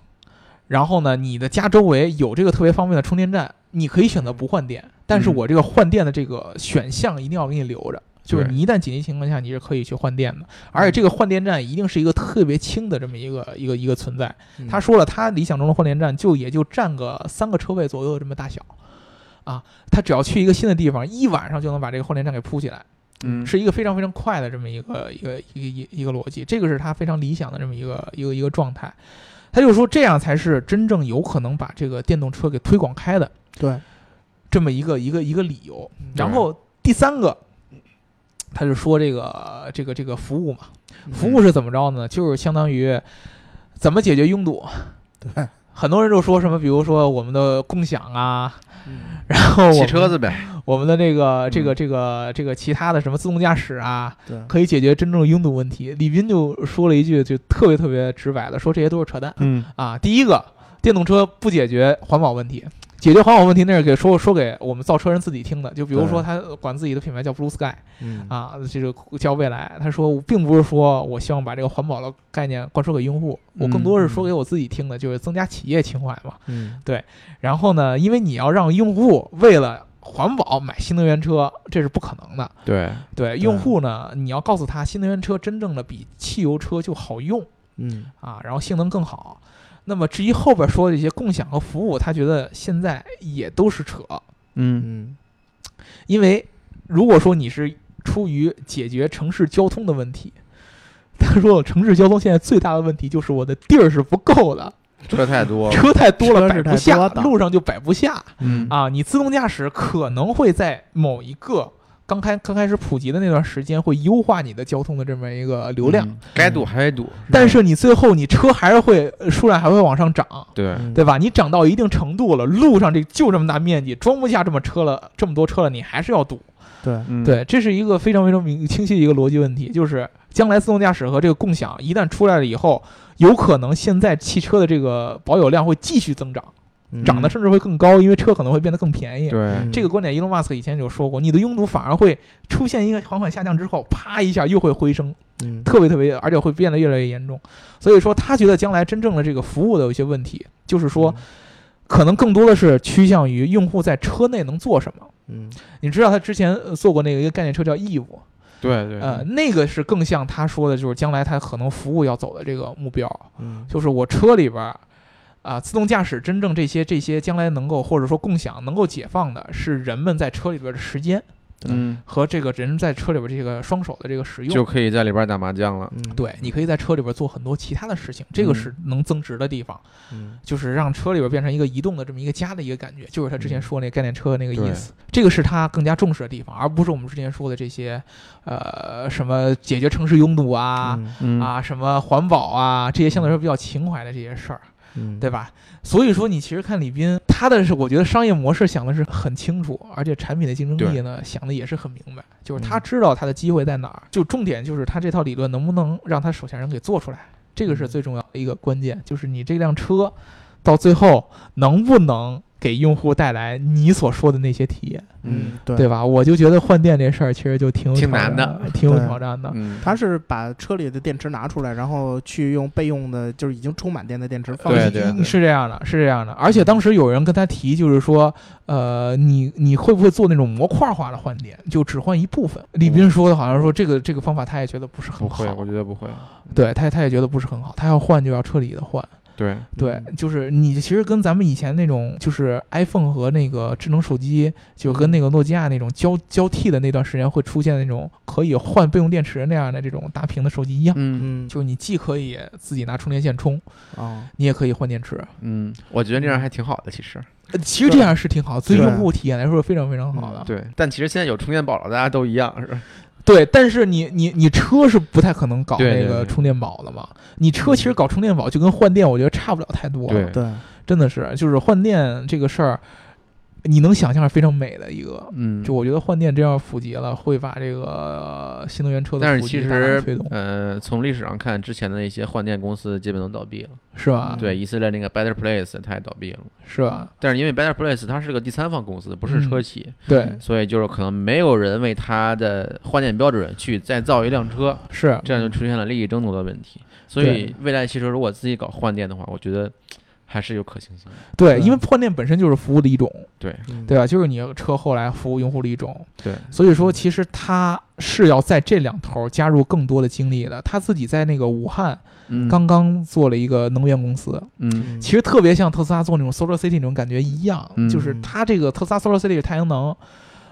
B: 然后呢，你的家周围有这个特别方便的充电站，你可以选择不换电。但是
C: 嗯
B: 我这个换电的这个选项一定要给你留着，就是
C: 对嗯
B: 你一旦紧急情况下你是可以去换电的，而且这个换电站一定是一个特别轻的这么一个一个一个存在。
D: 嗯
B: 他说了，他理想中的换电站就也就占个三个车位左右的这么大小，啊，他只要去一个新的地方，一晚上就能把这个换电站给铺起来。
C: 嗯，
B: 是一个非常非常快的这么一个一个一个一个一个逻辑，这个是他非常理想的这么一个一个一个状态。他就说这样才是真正有可能把这个电动车给推广开的
D: 对，
B: 这么一个一个一个理由。然后第三个，他就说这个这个这个服务嘛，服务是怎么着呢？就是相当于怎么解决拥堵。
D: 对，
B: 很多人就说什么，比如说我们的共享啊，
D: 嗯
B: 然后我
C: 骑
B: 们
C: 车子呗，
B: 我们的这个这个
C: 嗯
B: 这个这个其他的什么自动驾驶啊，
D: 对，
B: 可以解决真正的拥堵问题。李斌就说了一句就特别特别直白的，说这些都是扯淡
C: 嗯，
B: 啊。第一个，电动车不解决环保问题，解决环保问题那是给说说给我们造车人自己听的。就比如说
D: 对
B: 他管自己的品牌叫 Blue Sky
D: 嗯，
B: 啊，这个叫未来。他说并不是说我希望把这个环保的概念灌输给用户，我更多是说给我自己听的，就是增加企业情怀嘛。
D: 嗯
B: 然后呢，因为你要让用户为了环保买新能源车，这是不可能的。
C: 对，
B: 对用户呢，你要告诉他新能源车真正的比汽油车就好用
D: 嗯
B: 啊，然后性能更好。那么至于后边说的这些共享和服务，他觉得现在也都是扯，
C: 嗯，
D: 嗯
B: 因为如果说你是出于解决城市交通的问题，他说城市交通现在最大的问题就是我的地儿是不够的，
C: 车太多了，
B: 车太多了
D: 哦车
B: 摆
D: 是
B: 不
D: 太
B: 下
D: 多，的
B: 路上就摆不下。
C: <laughs> 嗯
B: 啊，你自动驾驶可能会在某一个刚开刚开始普及的那段时间，会优化你的交通的这么一个流量，
C: 嗯该堵还得堵，
B: 但是你最后你车还是会呃数量还会往上涨，
C: 对，
D: 嗯
B: 对吧？你涨到一定程度了，路上这就这么大面积，装不下这么车了，这么多车了，你还是要堵。
D: 对，
C: 嗯，
B: 对，这是一个非常非常明清晰的一个逻辑问题，就是将来自动驾驶和这个共享一旦出来了以后，有可能现在汽车的这个保有量会继续增长，
D: 嗯
B: 涨得甚至会更高，因为车可能会变得更便宜。
C: 嗯对，嗯
B: 这个观点，伊隆马斯克以前就说过，你的拥堵反而会出现一个缓缓下降之后，啪一下又会回升，
D: 嗯
B: 特别特别，而且会变得越来越严重。所以说，他觉得将来真正的这个服务的有一些问题，就是说，
C: 嗯
B: 可能更多的是趋向于用户在车内能做什么。
D: 嗯
B: 你知道他之前呃做过那个一个概念车叫义务，
C: 对对，
B: 呃，那个是更像他说的，就是将来他可能服务要走的这个目标。
D: 嗯
B: 就是我车里边儿啊、自动驾驶真正这些这些将来能够或者说共享能够解放的是人们在车里边儿的时间
C: 嗯，
B: 和这个人在车里边儿这个双手的这个使用。
C: 就可以在里边打麻将了，
D: 嗯
B: 对，你可以在车里边儿做很多其他的事情，
C: 嗯
B: 这个是能增值的地方，
D: 嗯
B: 就是让车里边儿变成一个移动的这么一个家的一个感觉，就是他之前
D: 嗯
B: 说那个概念车那个
C: 对
B: 意思。这个是他更加重视的地方，而不是我们之前说的这些，呃，什么解决城市拥堵啊、
D: 嗯
C: 嗯，
B: 啊，什么环保啊，这些相对来说比较情怀的这些事儿。
D: 嗯
B: 对吧？所以说，你其实看李斌，他的是我觉得商业模式想的是很清楚，而且产品的竞争力呢想的也是很明白，就是他
D: 嗯
B: 知道他的机会在哪儿，就重点就是他这套理论能不能让他手下人给做出来，这个是
D: 嗯
B: 最重要的一个关键，就是你这辆车到最后能不能给用户带来你所说的那些体验，
D: 嗯
C: 嗯
D: 对
B: 对吧？我就觉得换电这事儿其实就挺有
C: 挺
B: 挑
C: 难
B: 战
C: 的，
B: 挺有
D: 对
B: 挑战的。
C: 嗯，
D: 他是把车里的电池拿出来，然后去用备用的，就是已经充满电的电池放
C: 对
D: 进去。
C: 对对
B: 是这样的，是这样的。而且当时有人跟他提，就是说，呃，你你会不会做那种模块化的换电，就只换一部分？李斌说的好像说这个这个方法他也觉得不是
C: 不
B: 很好
C: 会，，我觉得不会，
B: 对他他也觉得不是很好，他要换就要彻底的换。
C: 对，
B: 对，就是你其实跟咱们以前那种就是 iPhone 和那个智能手机，就
C: 嗯
B: 跟那个诺基亚那种交交替的那段时间会出现那种可以换备用电池那样的这种大屏的手机一样，
C: 嗯
D: 嗯，
B: 就是你既可以自己拿充电线充，
D: 哦，
B: 你也可以换电池。
C: 嗯，我觉得那样还挺好的，其实，
B: 呃其实这样是挺好，对
D: 对
B: 用户体验来说是非常非常好的。
C: 对，但其实现在有充电宝了，大家都一样，是吧？
B: 对，但是你你你车是不太可能搞
C: 对对
B: 那个
C: 对
B: 充电宝的嘛？你车其实搞充电宝就跟换电，我觉得差不了太多。，
C: 对，
D: 对，
B: 真的是，就是换电这个事儿，你能想象是非常美的一个。
C: 嗯，
B: 就我觉得换电这样普及了，会把这个呃新能源车
C: 但
B: 的
C: 是
B: 普
C: 其
B: 及大大推
C: 实
B: 动，，
C: 呃，从历史上看，之前的一些换电公司基本都倒闭了。
B: 是吧？
C: 嗯对，以色列那个 Better Place 它也倒闭了，
B: 是吧？
C: 但是因为 Better Place 它是个第三方公司，不是
B: 嗯
C: 车企，
B: 对，
C: 所以就是可能没有人为它的换电标准去再造一辆车，
B: 是
C: 这样就出现了利益争夺的问题。所以未来汽车如果自己搞换电的话，我觉得还是有可行性的。
B: 对，
D: 对
B: 因为换电本身就是服务的一种，
C: 对，
D: 嗯
B: 对吧？啊就是你车后来服务用户的一种。
C: 对，
B: 所以说，其实它是要在这两头加入更多的精力的。他自己在那个武汉
C: 嗯，
B: 刚刚做了一个能源公司，
C: 嗯
B: 其实特别像特斯拉做那种 Solar City 那种感觉一样，
C: 嗯
B: 就是它这个特斯拉 Solar City 是太阳能。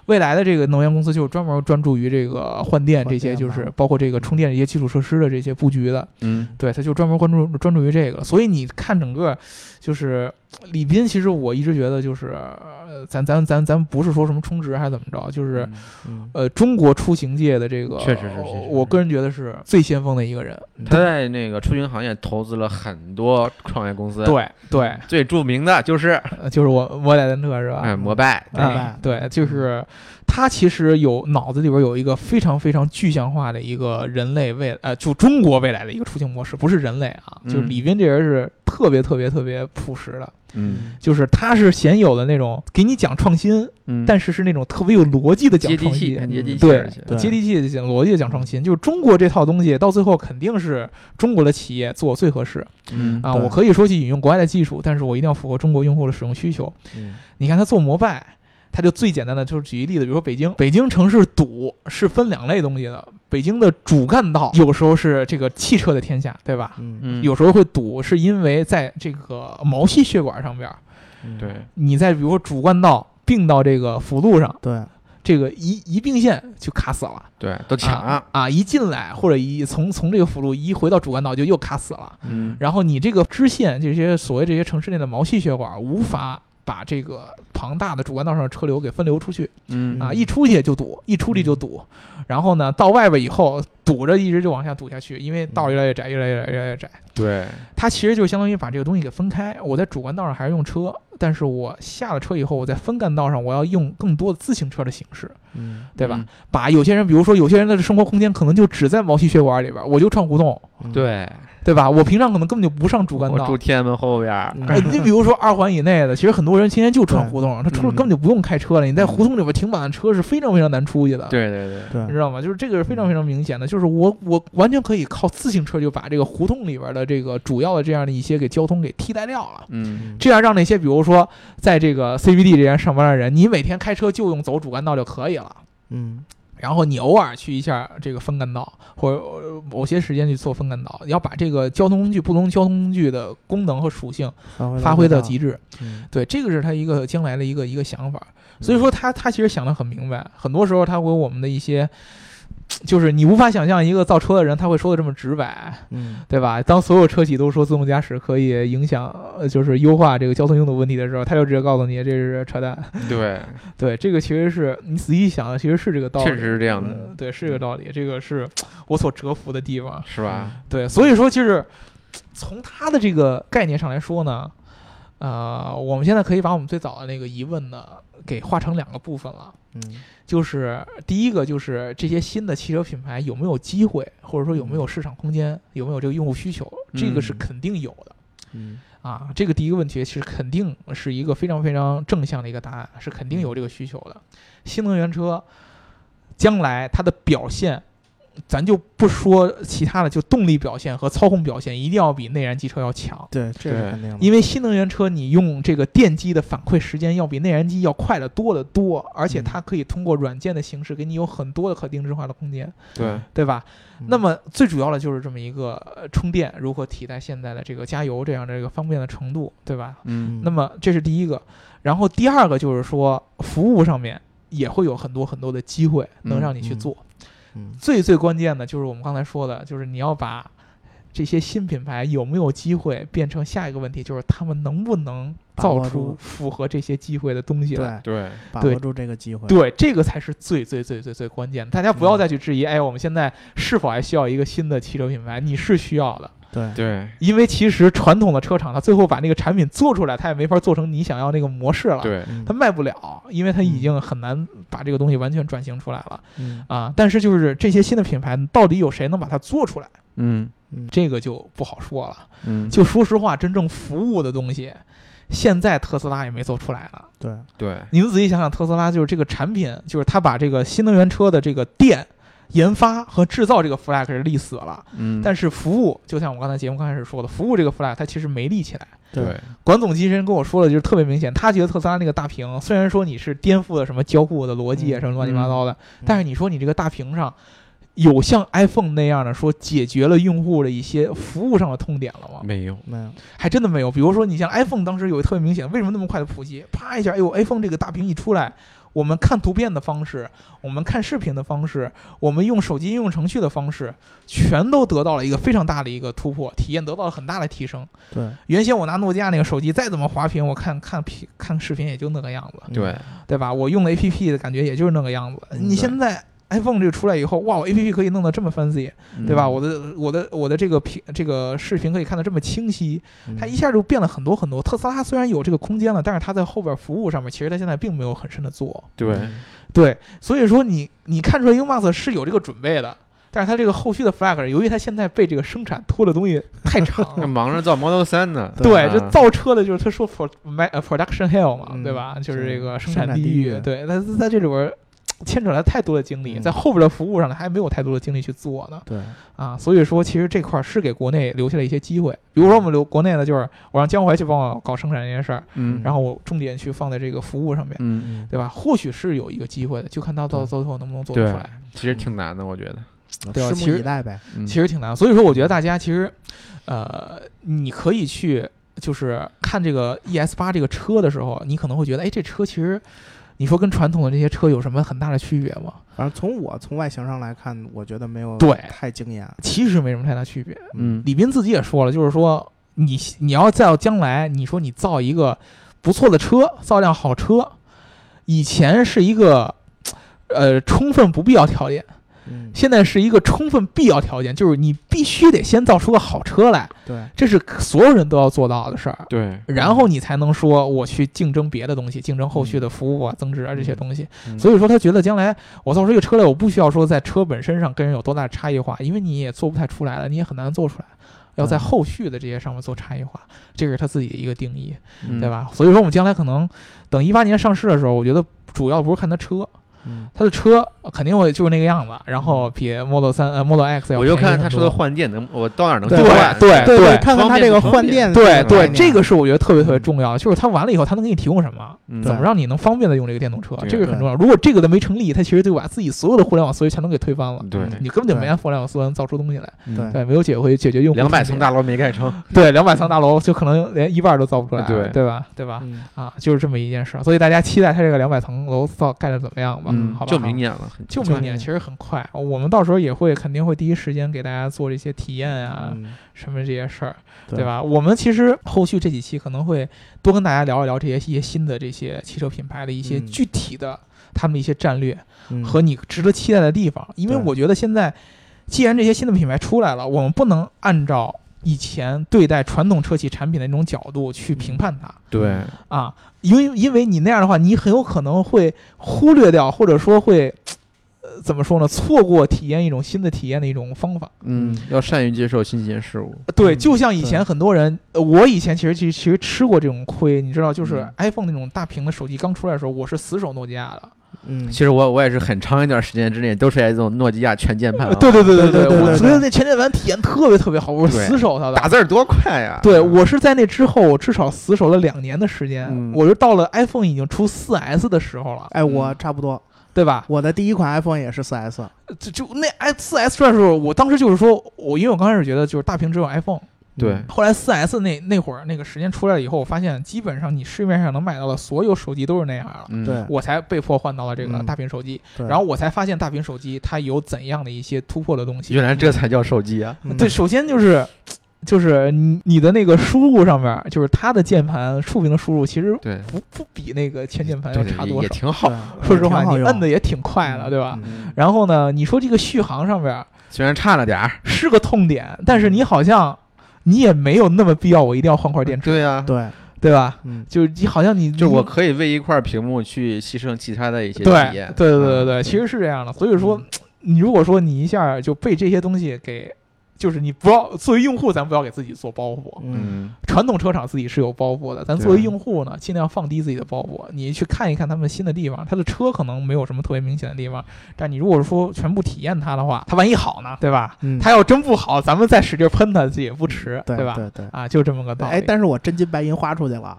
B: 未来的这个能源公司就是专门专注于这个换电
D: 换
B: 这些，
D: 电
B: 就是
D: 嘛
B: 包括这个充电这些基础设施的这些布局的，
C: 嗯
B: 对，他就专门关注专注于这个。所以你看整个，就是李斌，其实我一直觉得就是，呃咱咱咱咱不是说什么充值还是怎么着，就是
D: 嗯
B: 呃中国出行界的这个，
C: 确实是确实是
B: 我个人觉得是最先锋的一个人。
C: 他在那个出行行业投资了很多创业公司，
B: 对对，
C: 最著名的就是
B: 呃就是我我俩的特是吧？
C: 哎摩拜，
D: 明白
B: 啊，对，就是他其实有脑子里边有一个非常非常具象化的一个人类未呃，就中国未来的一个出行模式，不是人类啊，
C: 嗯
B: 就是李斌这人是特别特别特别朴实的，
C: 嗯
B: 就是他是鲜有的那种给你讲创新，
C: 嗯，
B: 但是是那种特别有逻辑的讲
C: 接地
B: 创
C: 气，
B: 新。
C: 很接地气，
B: 对
C: 而且，
D: 对
B: 接地气的讲逻辑的讲创新，就是中国这套东西到最后肯定是中国的企业做最合适
C: 嗯
B: 啊！
D: 对
B: 我可以说去引用国外的技术，但是我一定要符合中国用户的使用需求。
D: 嗯
B: 你看他做摩拜，他就最简单的就是举一例子，比如说北京，北京城市堵是分两类东西的，北京的主干道有时候是这个汽车的天下，对吧？
D: 嗯
C: 嗯，
B: 有时候会堵，是因为在这个毛细血管上边儿，
D: 嗯
C: 对，
B: 你在比如说主干道并到这个辅路上，
D: 对，
B: 这个一一并线就卡死了，
C: 对，都抢
B: 啊，啊！一进来或者一从从这个辅路一回到主干道就又卡死了，
C: 嗯
B: 然后你这个支线这些所谓这些城市内的毛细血管无法把这个庞大的主干道上的车流给分流出去
C: 嗯
B: 啊，
D: 嗯
B: 一出去就堵，一出力就堵，然后呢到外边以后堵着一直就往下堵下去，因为道越来越窄，越来越窄，越来越窄。
C: 对，
B: 它其实就相当于把这个东西给分开。我在主干道上还是用车，但是我下了车以后，我在分干道上我要用更多的自行车的形式，
D: 嗯
B: 对吧？把有些人，比如说有些人的生活空间可能就只在毛细血管里边，我就串胡同，
D: 嗯
C: 对，
B: 对吧？我平常可能根本就不上主干
C: 我
B: 道
C: 住。天安门后边儿，
B: 呃，你比如说二环以内的，其实很多人天天就串
D: 对
B: 胡同，他出了
C: 嗯
B: 根本就不用开车了。你在胡同里边停满了车是非常非常难出去的，
C: 对对对，
B: 你
D: 对
B: 知道吗？就是这个是非常非常明显的，就是我我完全可以靠自行车就把这个胡同里边的这个主要的这样的一些给交通给替代掉了。
C: 嗯
B: 这样让那些比如说在这个 CBD 这边上班的人，你每天开车就用走主干道就可以了。
D: 嗯
B: 然后你偶尔去一下这个分干道，或者呃某些时间去做分干道，要把这个交通工具不同交通工具的功能和属性发挥到极致。
D: 嗯
B: 对，这个是他一个将来的一个一个想法。所以说他他其实想得很明白，很多时候他给我们的一些，就是你无法想象一个造车的人他会说的这么直白，
D: 嗯
B: 对吧？当所有车企都说自动驾驶可以影响，呃就是优化这个交通拥堵问题的时候，他就直接告诉你这是扯淡。 <laughs>
C: 对，
B: 对，这个其实是你仔细想，其实是这个道理。
C: 确实是这样的，
B: 嗯对，是这个道理，这个是我所折服的地方。
C: 是吧？
B: 对，所以说就是从他的这个概念上来说呢，呃，我们现在可以把我们最早的那个疑问呢，给划成两个部分了。
D: 嗯
B: 就是第一个，就是这些新的汽车品牌有没有机会，或者说有没有市场空间，有没有这个用户需求，这个是
D: 嗯
B: 肯定有的
D: 嗯
B: 啊。这个第一个问题其实肯定是一个非常非常正向的一个答案，是肯定
D: 嗯
B: 有这个需求的。新能源车将来它的表现，咱就不说其他的，就动力表现和操控表现，一定要比内燃机车要强。
D: 对，这是肯定的，
B: 因为新能源车你用这个电机的反馈时间要比内燃机要快得多得多，而且
D: 嗯
B: 它可以通过软件的形式给你有很多的可定制化的空间，
C: 对，
B: 对吧？
D: 嗯
B: 那么最主要的就是这么一个呃充电如何替代现在的这个加油这样的这个方便的程度，对吧？
C: 嗯
B: 那么这是第一个，然后第二个就是说服务上面也会有很多很多的机会能让你去
D: 嗯
B: 做。
D: 嗯
B: 最最关键的就是我们刚才说的，就是你要把这些新品牌有没有机会变成下一个问题，就是他们能不能
D: 把握
B: 造
D: 住
B: 出符合这些机会的东西来？
D: 对，
C: 对，
D: 把
B: 对
D: 握住这个机会，
B: 对，这个才是最最最最最关键的。大家不
D: 嗯
B: 要再去质疑，哎，我们现在是否还需要一个新的汽车品牌？你是需要的，
D: 对
C: 对，
B: 因为其实传统的车厂，它最后把那个产品做出来，它也没法做成你想要那个模式了。
C: 对，
D: 嗯
B: 它卖不了，因为它已经很难把这个东西完全转型出来了
D: 嗯
B: 啊。但是就是这些新的品牌，到底有谁能把它做出来，
C: 嗯
B: 这个就不好说了。
C: 嗯，
B: 就说实话，真正服务的东西，现在特斯拉也没做出来了。
D: 对，
C: 对，
B: 你们仔细想想，特斯拉就是这个产品，就是它把这个新能源车的这个电研发和制造这个 flag 是立死了，
C: 嗯，
B: 但是服务，就像我刚才节目刚开始说的，服务这个 flag 它其实没立起来。
D: 对
C: 对，
B: 管总机身跟我说的就是特别明显，他觉得特斯拉那个大屏，虽然说你是颠覆了什么交互的逻辑啊，
D: 嗯
B: 什么乱七八糟的，但是你说你这个大屏上有像 iPhone 那样的说解决了用户的一些服务上的痛点了吗？
C: 没有，
D: 没有，
B: 还真的没有。比如说你像 iPhone 当时有一个特别明显，为什么那么快的普及？啪一下，哎呦，iPhone 这个大屏一出来。我们看图片的方式，我们看视频的方式，我们用手机应用程序的方式，全都得到了一个非常大的一个突破，体验得到了很大的提升。
D: 对
B: 原先我拿诺基亚那个手机，再怎么滑屏，我看看屏看视频也就那个样子，
C: 对，
B: 对吧？我用了 A P P 的感觉也就是那个样子。
D: 嗯
B: 你现在 iPhone 这个出来以后，哇，我 A P P 可以弄得这么 fancy，对吧？
C: 嗯
B: 我的我的我的这个屏这个视频可以看得这么清晰，
D: 嗯
B: 它一下就变了很多很多。特斯拉虽然有这个空间了，但是它在后边服务上面，其实它现在并没有很深的做。
C: 对，
D: 嗯
B: 对，所以说你你看出来 Umax 是有这个准备的，但是它这个后续的 flag，由于它现在被这个生产拖的东西太长了
C: 那，忙着造 Model 三呢，
B: <laughs> 对，
C: 啊
B: 这造车的就是他说 pro my production hell 嘛，
D: 嗯
B: 对吧？就是
D: 是
B: 这个生
D: 生
B: 产
D: 产地
B: 狱，
D: 狱
B: 对，但是在这里边儿牵扯了太多的精力，
D: 嗯
B: 在后边的服务上呢，还没有太多的精力去做呢
D: 对，
B: 啊，所以说其实这块儿是给国内留下了一些机会，比如说我们留国内呢，就是我让江淮去帮我搞生产这件事儿，
C: 嗯，
B: 然后我重点去放在这个服务上面，
C: 嗯，
D: 嗯
B: 对吧？或许是有一个机会的，就看到到
D: 对
B: 最后能不能做得
C: 对
B: 出来。，
C: 其实挺难的，我觉得，
B: 对啊
D: 拭
B: 其
D: 目
B: 实
D: 以待呗，
C: 嗯
B: 其实挺难。所以说，我觉得大家其实，呃，你可以去就是看这个 ES 八这个车的时候，你可能会觉得，哎，这车其实你说跟传统的这些车有什么很大的区别吗？
D: 反正从我从外形上来看，我觉得没有
B: 对
D: 太惊艳，
B: 其实没什么太大区别。
C: 嗯，
B: 李斌自己也说了，就是说你你要再到将来，你说你造一个不错的车，造辆好车，以前是一个。呃，充分不必要条件，
D: 嗯，
B: 现在是一个充分必要条件，就是你必须得先造出个好车来，
D: 对
B: 这是所有人都要做到的事儿。
C: 对，
B: 然后你才能说我去竞争别的东西，竞争后续的服务啊、增值啊这些东西。
C: 嗯
B: 所以说，他觉得将来我造出一个车来，我不需要说在车本身上跟人有多大的差异化，因为你也做不太出来了，你也很难做出来。要在
D: 嗯
B: 后续的这些上面做差异化，这个是他自己的一个定义，
C: 嗯
B: 对？吧？所以说，我们将来可能等一八年上市的时候，我觉得主要不是看它车，
D: 嗯
B: 它的车肯定会就是那个样子，然后比 Model 三、呃 Model X 要
C: 嗯我就
B: 便宜
C: 看他
B: 很
C: 说
B: 多
C: 的换电能，我到哪儿能
D: 对
C: 换？
B: 对
D: 对
B: 哎对
D: 看看它
C: 方便
D: 这个
C: 不
D: 换
C: 方便
D: 电的
B: 对
D: 个概
B: 对，
D: 念，
B: 这个是我觉得特别特别
D: 嗯
B: 重要的，就是它完了以后，它能给你提供什么，
C: 嗯，
B: 怎么让你能方便的用这个电动车，
C: 对
B: 这个很重要。如果这个都没成立，它其实就把自己所有的互联网思维全都给推翻了，
C: 对
B: 你根本就没
D: 对
B: 按互联网思维造出东西来，
C: 嗯
D: 对
B: 对，没有解会解决用户
C: <laughs> 两百
B: 痛
C: 层
B: 点
C: 大楼没盖 <laughs> 成，
B: 对两百层大楼就可能连一半都造不出来，
C: 对
B: 对吧？对吧？
D: 嗯
B: 啊，就是这么一件事儿，所以大家期待它这个两百层楼造盖的怎么样吧？好吧，
C: 嗯就
B: 好
C: 明。年了，很
B: 就
D: 就
B: 明年
D: 明
B: 其实很快，我们到时候也会肯定会第一时间给大家做这些体验啊，
D: 嗯
B: 什么这些事儿，
D: 对
B: 吧？我们其实后续这几期可能会多跟大家聊一聊这些一些新的这些汽车品牌的一些
D: 嗯
B: 具体的、他们的一些战略
D: 嗯
B: 和你值得期待的地方，因为
D: 对
B: 我觉得现在既然这些新的品牌出来了，我们不能按照以前对待传统车企产品的那种角度去评判它。
C: 对，
D: 嗯
B: 啊，因为因为你那样的话，你很有可能会忽略掉，或者说会，呃，怎么说呢？错过体验一种新的体验的一种方法。
C: 嗯，要善于接受新鲜事物，
B: 对，
D: 嗯
B: 就像以前
D: 对
B: 很多人，呃我以前其实其实其实吃过这种亏，你知道，就是 iPhone 那种大屏的手机刚出来的时候，我是死守诺基亚的。
D: 嗯
C: 其实我我也是很长一段时间之内都是在用诺基亚全键盘啊，
B: 对对对
D: 对对对
B: 我
D: 对
B: 觉得那全键盘体验特别特别好，我是
C: 对
B: 死守它的。
C: 打字儿多快呀！
B: 对，我是在那之后，我至少死守了两年的时间，
C: 嗯
B: 我就到了 iPhone 已经出 4S 的时候了，
D: 哎，我差不多，
B: 对吧？
D: 我的第一款 iPhone 也是 4S，
B: 哎就就那 i 四 S 出来的时候，我当时就是说，我因为我刚开始觉得就是大屏只有 iPhone，
C: 对
D: 嗯
B: 后来 4S 那那会儿那个时间出来以后，我发现基本上你市面上能买到的所有手机都是那样了，
C: 嗯，
D: 对，
B: 我才被迫换到了这个
D: 嗯
B: 大屏手机，
D: 对
B: 然后我才发现大屏手机它有怎样的一些突破的东西。
C: 原来这才叫手机啊！
D: 嗯
B: 对，首先就是。就是你你的那个输入上面，就是它的键盘触屏的输入，其实
C: 对，
B: 不不比那个前键盘要
C: 对
B: 差
C: 也
B: 多
C: 也
B: 少。
C: 挺好。
D: 对嗯
B: 说实话，
D: 挺好
B: 你
D: 用
B: 摁的也挺快了，对吧？
D: 嗯
B: 然后呢，你说这个续航上面啊
C: 虽然差了点儿，
B: 是个痛点，但是你好像你也没有那么必要，我一定要换块电池，
C: 对呀，
D: 对，
B: 对吧？
D: 嗯，
B: 就是你好像你
C: 就我
B: 你
C: 可以为一块屏幕去牺牲其他的一些
B: 对
C: 体
B: 对
C: 验。
B: 对对对
C: 嗯，
B: 对，其实是这样的。所以说，你如果说你一下就被这些东西给，就是你不要作为用户，咱不要给自己做包袱。
D: 嗯
C: 嗯，
B: 传统车厂自己是有包袱的，咱
C: 对
B: 作为用户呢，尽量放低自己的包袱。你去看一看他们新的地方，它的车可能没有什么特别明显的地方，但你如果说全部体验它的话，它万一好呢，对吧？
D: 嗯，
B: 它要真不好，咱们再使劲喷它，这也不迟，
D: 对
B: 吧？
D: 对对。
B: 啊，就这么个道理。
D: 哎，但是我真金白银花出去了，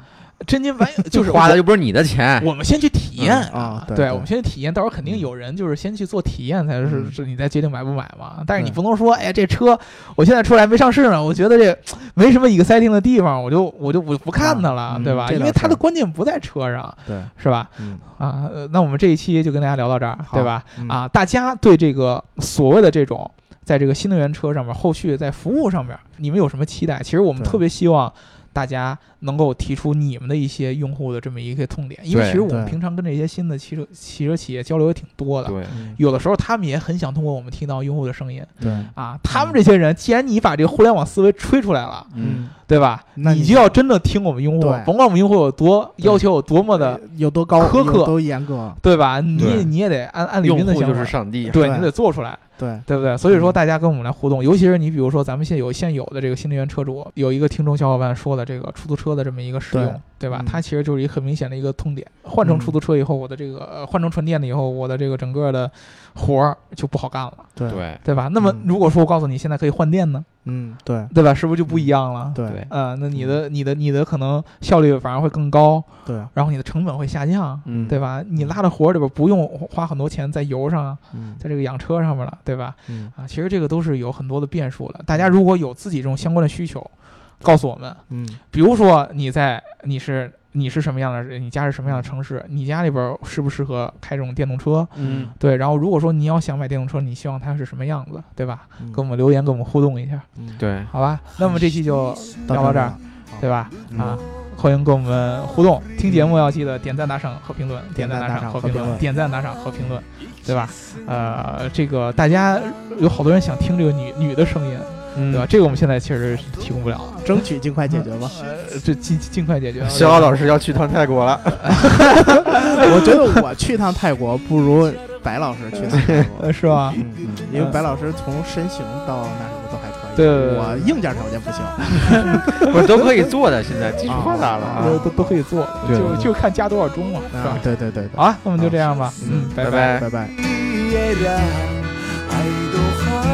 B: 真金白银就是
C: 花的
B: 我
C: 又不是你的钱。
B: 我们先去体验
D: 嗯啊对
B: 对
D: 对
B: 我们先去体验，到时候肯定有人就是先去做体验，才是
D: 嗯
B: 是你再决定买不买嘛。但是你
D: 对
B: 不能说，哎呀，这车我现在出来没上市呢，我觉得这 <laughs> 没什么 exciting 的地方，我就我就我不看它了
D: 啊，嗯
B: 对吧？
D: 这倒
B: 因为它
D: 是
B: 的关键不在车上，
D: 对，
B: 是吧？
D: 嗯，
B: 啊，呃那我们这一期就跟大家聊到这儿，
D: 好
B: 对吧？？
D: 嗯，
B: 啊，大家对这个所谓的这种在这个新能源车上面，后续在服务上面，你们有什么期待？其实我们
D: 对
B: 特别希望大家能够提出你们的一些用户的这么一个痛点，因为
C: 对
B: 其实我们
D: 对
B: 平常跟这些新的汽车汽车企业交流也挺多的。
C: 对，
D: 嗯
B: 有的时候他们也很想通过我们听到用户的声音
D: 对，嗯
B: 啊，他们这些人，既然你把这个互联网思维吹出来了，
C: 嗯，
B: 对吧？
D: 那
B: 你
D: 你
B: 就要真的听我们用户，
D: 对
B: 甭管我们用户有多
D: 对
B: 要求有多么的，
D: 有多高
B: 苛刻
D: 有多严格，
B: 对吧？你也
C: 对
B: 你也得按按李
C: 用
B: 斌的
C: 户
B: 想
C: 就
B: 法
C: 是，上帝。
B: 对
D: 对
B: 你得做出来。
D: 对，
B: 对不对？所以说，
D: 嗯
B: 大家跟我们来互动，尤其是你，比如说咱们现有现有的这个新能源车主，有一个听众小伙伴说的这个出租车的这么一个使用，
D: 对
B: 对吧？
D: 嗯
B: 它其实就是一个很明显的一个痛点。换成出租车以后，我的这个呃换成纯电了以后，我的这个整个的活儿就不好干了，
D: 对，
C: 对
B: 对吧？那么
D: 嗯
B: 如果说我告诉你现在可以换电呢，
D: 嗯，对，
B: 对吧？是不是就不一样了？
D: 对，嗯
C: 对
B: 呃，那你的、你的、你的可能效率反而会更高，
D: 对，
B: 然后你的成本会下降，
C: 嗯
B: 对吧？你拉的活儿里边不用花很多钱在油上啊，
D: 嗯，
B: 在这个养车上面了，对吧？
D: 嗯，
B: 啊，其实这个都是有很多的变数了。大家如果有自己这种相关的需求，告诉我们。
D: 嗯，
B: 比如说你在你是你是什么样的人，你家是什么样的城市，你家里边儿适不适合开这种电动车？
C: 嗯，
B: 对，然后如果说你要想买电动车，你希望它是什么样子，对吧？
D: 嗯
B: 跟我们留言，跟我们互动一下，
D: 嗯，
C: 对，
B: 好吧？那么这期就聊到这儿，对吧？
D: 嗯
B: 啊，欢迎跟我们互动，听节目要记得点赞、打赏和评论，点赞、
D: 点
B: 打
D: 赞
B: 赏
D: 打赏
B: 和
D: 和
B: 评
D: 评
B: 论，
D: 论
B: 嗯点赞、打赏和评论，对吧？呃，这个大家有好多人想听这个女女的声音，
C: 嗯
B: 对吧？这个我们现在确实提供不了，
D: 争取尽快解决吧。 <laughs>
B: 呃，这尽尽快解决。
C: 肖老师要去趟泰国了，
D: 我觉得我去趟泰国不如白老师去趟泰国
B: <laughs> 呃，，是吧？
D: 嗯，因为白老师从身形到那什么都还可以，
B: 对对对
D: 我硬件条件不
B: <laughs>
D: 行。
C: 不是都可以做的，现在技术发达了
B: 呃
C: 啊。
B: 都都可以做，
C: 对
B: 就就看加多少钟嘛，是
D: 啊
B: 吧，？
D: 对对对对，
B: 嗯好，啊，那么就这样吧，
D: 嗯
B: 拜
C: 拜
B: 拜
C: 拜。
D: 拜拜。
A: 愛の花